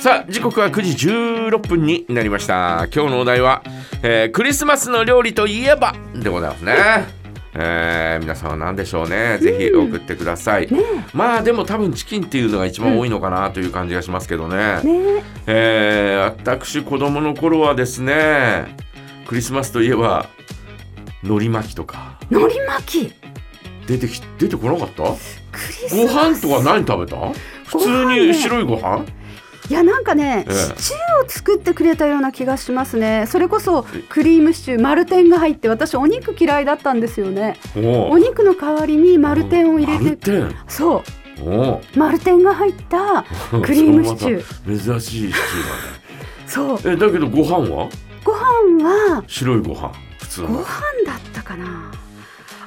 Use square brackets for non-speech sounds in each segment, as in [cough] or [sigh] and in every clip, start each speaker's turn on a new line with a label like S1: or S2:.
S1: さあ時刻は9時16分になりました今日のお題は、えークリスマスの料理といえばでございますね、えー皆さんは何でしょうねぜひ送ってください、まあでも多分チキンっていうのが一番多いのかなという感じがしますけどね、えー私子供の頃はですねクリスマスといえば海苔巻きとか
S2: 海苔巻き
S1: 出てき出てこなかった
S2: クリス
S1: ご
S2: マ
S1: 飯
S2: ス
S1: とか何食べた普通に白いご飯
S2: いやなんかね、
S1: ええ
S2: シチューを作ってくれたような気がしますねそれこそクリームシチュー丸天が入って私お肉嫌いだったんですよね
S1: お
S2: お肉の代わりに丸天を入れ
S1: 丸
S2: て
S1: 天
S2: そ
S1: おう
S2: う丸天が入ったクリームシチュー
S1: ー珍しいシチュ
S2: そう
S1: ーだねえだけどご飯は
S2: ご飯は
S1: 白いご飯普通
S2: ご
S1: の
S2: 飯だったかな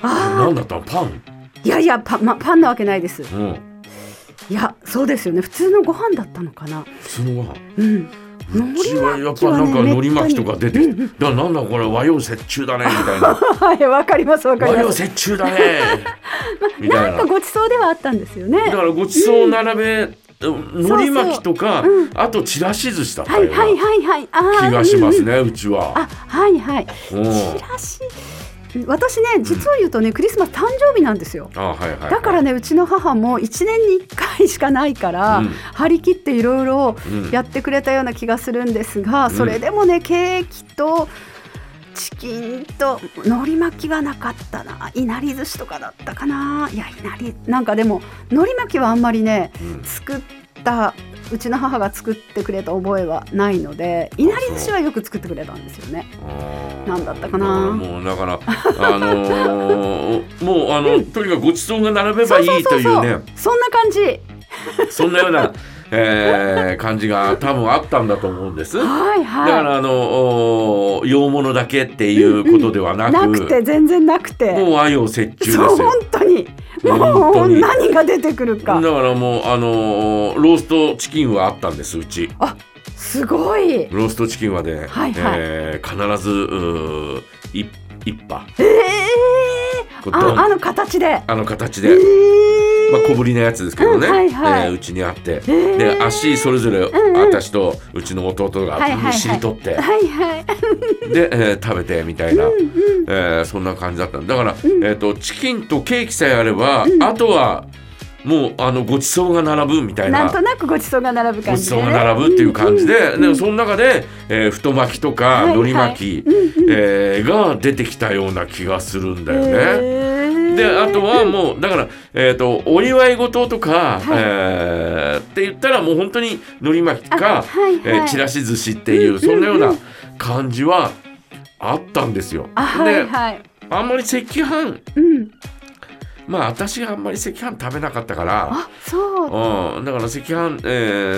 S2: あ
S1: 何だったのパン
S2: ーいやいやパ,、ま、パンなわけないです
S1: うん
S2: いやそうですよね普通のご飯だったのかな
S1: 普通のご飯
S2: うん
S1: うちはやっぱなんか海
S2: 海
S1: 苔
S2: 苔
S1: 巻
S2: 巻
S1: き
S2: き
S1: と
S2: は
S1: か出てきてだからなんだこれ和洋折衷だねみたいな
S2: はい [laughs] わかりますわか
S1: 和
S2: り
S1: 洋
S2: ます
S1: 折衷
S2: [laughs]
S1: だねみたい
S2: なんか
S1: な
S2: ごちそうではあったんですよね
S1: だからごちそう並べ海苔巻きとか
S2: そううん
S1: あとちらし寿司だった
S2: はい
S1: よ
S2: はいうはいはいあ
S1: な
S2: ー
S1: 気がします
S2: うんうん
S1: ねうちは
S2: あはいはい
S1: うん
S2: チラシ私ね実を言うとねクリスマス誕生日なんですよ
S1: あはいはいはい
S2: だからねうちの母も1年に1回しかないから、
S1: うん
S2: 張り切っていろいろ
S1: うん
S2: やってくれたような気がするんですが、それでもねケーキとチキンと海苔巻きはなかったないなり寿司とかだったかないやいなりなんかでも海苔巻きはあんまりね
S1: うん
S2: 作ったうちの母が作ってくれた覚えはないのでいなり寿司はよく作ってくれたんですよね。なんだったかな
S1: もうだからあのーもうあの、とにかくごちそうが並べばいいというね
S2: そんな感じ
S1: そんなような、えー感じが多分あったんだと思うんです。だ
S2: はいはい
S1: からあのお洋物だけっていうことではなく、
S2: なくて全然なくて
S1: もう和洋折衷です
S2: そう本
S1: よ。
S2: 当に
S1: 本
S2: も
S1: 当
S2: う
S1: に
S2: 何が出てくる
S1: だか
S2: から
S1: もうあのーローストチキンはあったんですうち。
S2: すごい
S1: ローストチキンはね、
S2: はいはい
S1: えー必ずうー一一羽
S2: え
S1: こ
S2: ー、
S1: うドン
S2: ああの形で
S1: あの形
S2: え
S1: で。
S2: ー
S1: まあ、小ぶりなやつですけどね、
S2: うんはいはい
S1: えーうちにあって、
S2: ー
S1: で足それぞれ
S2: んうん
S1: 私とうちの弟が
S2: はいはいはい
S1: むしり取って、
S2: はいはい
S1: で、えー食べてみたいな、
S2: うんうん
S1: えーそんな感じだっただから、えー、とチキンとケーキさえあれば、あとはもうあのごちそうが並ぶみたい
S2: なん
S1: な。
S2: となくごちそうが並ぶ
S1: ご
S2: 感
S1: ち
S2: じ
S1: そ
S2: で、
S1: う
S2: ね、
S1: が並ぶっていう感じで、
S2: うんうん
S1: でその中で、えー太巻きとか
S2: はいはい
S1: 海苔巻き、
S2: うん
S1: えーが出てきたような気がするんだよね。
S2: えー
S1: であとはもうだから、えー、とお祝い事とか、
S2: はい
S1: えーって言ったらもう本当に海苔巻き
S2: あ
S1: か、
S2: はいはい
S1: えーちらし寿司っていう、
S2: うん
S1: そんなよう
S2: う
S1: なん感じはあったんですよ。
S2: あはい
S1: で
S2: はい
S1: あんまり赤飯
S2: うん
S1: まあ私があんまり赤飯食べなかったから、
S2: あそう
S1: うん、だから赤飯、え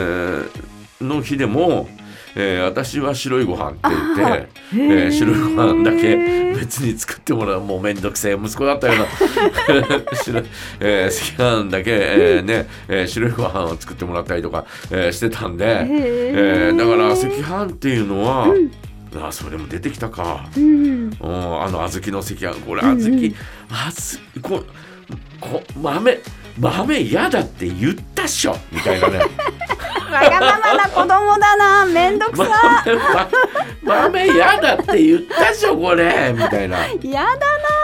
S1: ーの日でも、えー私は白いご飯って言って。
S2: え
S1: えー白いご飯だけ別に作ってもらうもうめんどくせえ息子だったような [laughs] 白いえー赤飯だけ、えーねえー白いご飯を作ってもらったりとか、えーしてたん
S2: え
S1: で、えーだから赤飯っていうのは、
S2: うん
S1: あそれも出てきたか、
S2: うん
S1: うん、あの小豆の赤飯これ
S2: うん
S1: 小
S2: うん
S1: 豆、小豆ここ豆豆嫌だって言ったっしょみたいな
S2: [laughs]
S1: ね
S2: わがままな子供だなめんどく
S1: [laughs] 豆
S2: さ
S1: ま豆嫌だって言ったっしょこれみたいな。
S2: や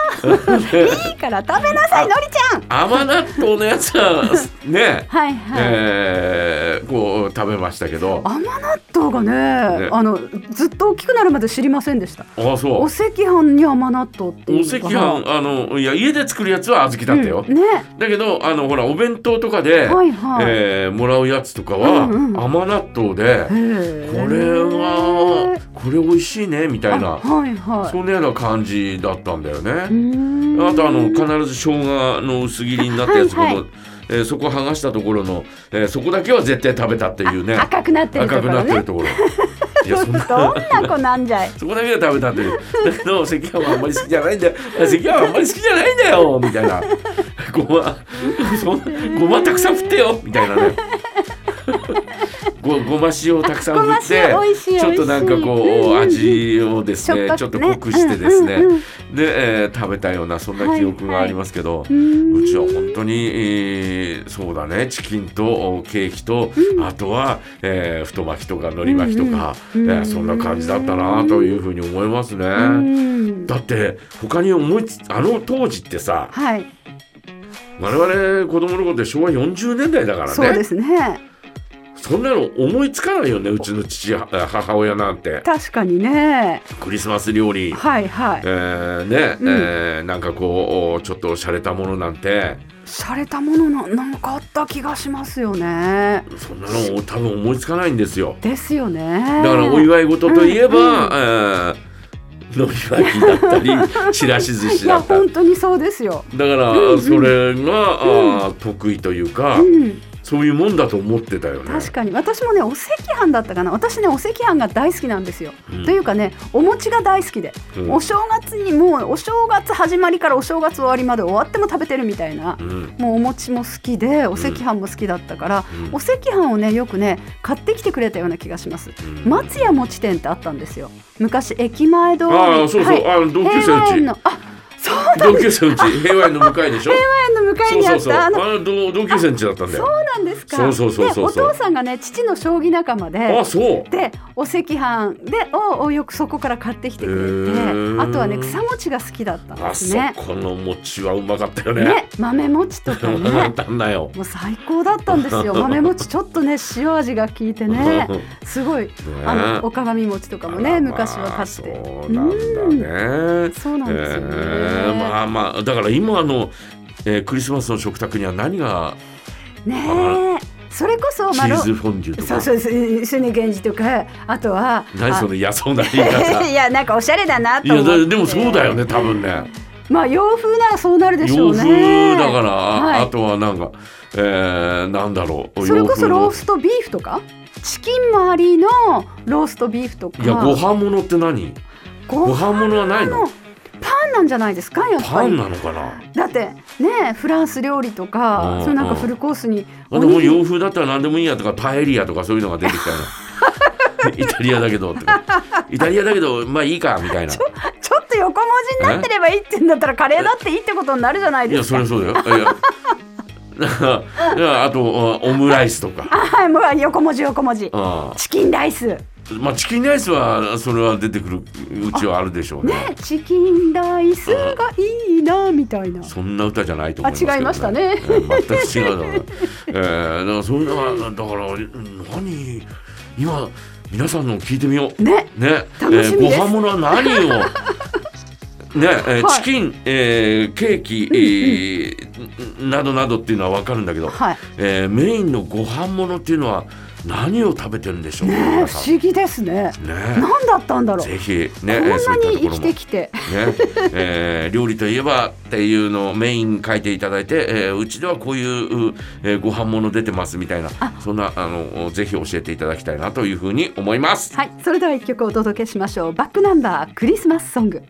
S2: だないいから食べなさいのりちゃん
S1: 甘納豆のやつはね、
S2: [laughs] はいはい、
S1: えーこう食べましたけど
S2: 甘納豆がね
S1: ね
S2: あのずっと大きくなるまで知りませんでした
S1: あそう
S2: お
S1: お
S2: 赤飯に甘納豆っていう
S1: 赤
S2: のか
S1: 飯
S2: な
S1: あのいや家で作るやつは小豆だったよ、
S2: うんね
S1: だけどあのほらお弁当とかで、
S2: はいはい、
S1: えーもらうやつとかは、
S2: うんうん
S1: 甘納豆で
S2: へー
S1: これはこれ美味しいねみたい
S2: あ
S1: な
S2: はいはい
S1: そんなような感じだったんだよね。
S2: うーん
S1: あとあの必ず生姜の薄切りになったやつこの、
S2: はいはい
S1: えーそこ剥がしたところの、えーそこだけは絶対食べたっていうね
S2: 赤くなってる
S1: [laughs]
S2: と
S1: 赤
S2: こ
S1: くな
S2: ろ
S1: って
S2: ね
S1: るところ。いや
S2: ど
S1: そん
S2: んな
S1: な
S2: 子なんじゃい
S1: そこだけは食べたという。 [laughs] だけど赤飯はあんまり好きじゃないんだよ。 [laughs] 赤飯はあんまり好きじゃないんだよみたいな。 [laughs] ごまそんごまたくさん振ってよみたいなね。 [laughs] ごごま塩たくさん振って
S2: あごま塩美味しい
S1: ちょっとなんかこう、
S2: 美味しい
S1: 味をですね
S2: しょっぱくね
S1: ちょっと濃くしてですね、
S2: うんうんうん
S1: で、えー食べたようなそんな記憶がありますけど、うちは本当に、えーそうだねチキンとケーキと、あとは、えー太巻きとか海苔巻きとか、
S2: うん
S1: えーそんな感じだったなというふうに思いますね。
S2: うん
S1: だって他に思いつあの当時ってさ
S2: はい、
S1: 我々子供の頃って昭和40年代だからね
S2: そうですね。
S1: そんなの思いつかないよねうちの父やあ母親なんて
S2: 確かにね。
S1: クリスマス料理、
S2: はいは
S1: え。
S2: い
S1: ーね、
S2: うん
S1: えーなんかこうちょっと洒落たものなんて
S2: 洒落たものななんかあった気がしますよね。
S1: そんなの多分思いつかないんですよ
S2: ですよね。
S1: だ
S2: だ
S1: からお祝い事といえば、え
S2: うん
S1: ー海苔巻きだった
S2: [laughs]
S1: りちらし寿司
S2: い
S1: だ
S2: や
S1: った
S2: 本当にそうですよ。
S1: だからそれが、あー得意というか、
S2: うん、
S1: そういうもんだと思ってたよね。
S2: 確かに私もねお赤飯だったかな私ねお赤飯が大好きなんですよ、
S1: うん
S2: というかねお餅が大好きで、
S1: うん
S2: お正月にもうお正月始まりからお正月終わりまで終わっても食べてるみたいな
S1: う、ん
S2: もうお餅も好きでお赤飯も好きだったから、
S1: うん
S2: お赤飯をねよくね買ってきてくれたような気がします
S1: うん
S2: 松屋餅店ってあったんですよ昔駅前通り
S1: ああそうそう、
S2: はい
S1: あの同級
S2: 平和園
S1: 生のう
S2: のあそう
S1: ち同級生のうち平和園の向かいでしょ
S2: 平和園の向かい
S1: そう
S2: にあ
S1: そう
S2: っ
S1: そう
S2: た
S1: あ
S2: あの
S1: の同同級生のうちだったんだ
S2: そう
S1: よ
S2: なんですか
S1: そうそうそうそう
S2: でお父さんがね父の将棋仲間で
S1: あそう
S2: でお赤飯でををよくそこから買ってきてくれて、
S1: へー
S2: あとはね草餅が好きだったんで
S1: あ
S2: す
S1: そ
S2: ね
S1: この餅はうまかったよね [laughs]
S2: ね豆餅とか
S1: うまか [laughs]
S2: ね
S1: ったんだよ、
S2: もう最高だったんです
S1: [laughs]
S2: よ豆餅ちょっとね塩味が効いてねすごい、あのおかがみ餅とかもね、
S1: あらまあ
S2: 昔は買って
S1: そうなんだね
S2: そうなんですよね、
S1: えーまあまあだから今の、えークリスマスの食卓には何が
S2: ねえそれこそ
S1: チ
S2: まあろ
S1: ーズフォンデュと
S2: そう
S1: か
S2: そうそう一緒に源氏とかあとは
S1: 何その嫌そうな言い
S2: あ [laughs]
S1: 方
S2: いやなんかおしゃれだないと思
S1: や
S2: って
S1: だでもそうだよね多分ね
S2: まあ洋風ならそうなるでしょ
S1: 洋
S2: うね
S1: 風だから、
S2: はい
S1: あとはなんか、えー、なんだろう
S2: それこそロー
S1: ス
S2: ストビーフとかチキン周りのローストビーフとか
S1: いやご飯物って何
S2: ご
S1: ご飯物はないの
S2: のパンなんじゃないですかやっぱ
S1: パ
S2: り
S1: ンなのかな
S2: だってねフランス料理と
S1: う
S2: か
S1: ん
S2: そうなんかフルコースに
S1: あでも洋風だったら何でもいいやとかパエリアとかそういうのが出てきたのイタリアだけどとかイタリアだけどまあいいかみたいな
S2: [laughs] ちょっと横文字になってればいいってんだったらカレーだっていいってことになるじゃない
S1: いや
S2: です
S1: そ
S2: か
S1: れそうだよいやいやあとあオムライスとか
S2: はいもう横文字横文字
S1: あ
S2: チキンライスね
S1: あまあチキンライスはそれは出てくるうちはあるでしょうね
S2: チキンライスがいいなみたいな
S1: そんな歌じゃないと思いますけど、
S2: あ違いましたね
S1: えー全く違うだろうね。えー、だからそういうのはだからうん何今皆さんの聞いてみよう。
S2: ね
S1: ね、え
S2: 楽しみです
S1: ご飯物は何をね、えー
S2: はい
S1: チキン、えーケーキ、えーなどなどっていうのはわかるんだけど、
S2: はい
S1: えーメインのご飯物っていうのは何を食べてるんでしょうか、
S2: ねえ
S1: 皆
S2: 不
S1: さん
S2: 思議ですね
S1: ね
S2: 何だったんだろう
S1: ぜひね、
S2: こん
S1: えーそういっ
S2: な
S1: たと
S2: に
S1: こ
S2: 生
S1: ろも
S2: きてきて
S1: ね [laughs] えー料理といえばっていうのをメイン書いていただいて、えーうちではこういう、うえーご飯物出てますみたいなそんなあのぜひ教えていただきたいなというふうに思います。
S2: はいそれでは一曲お届けしましょうバックナンバークリスマスソング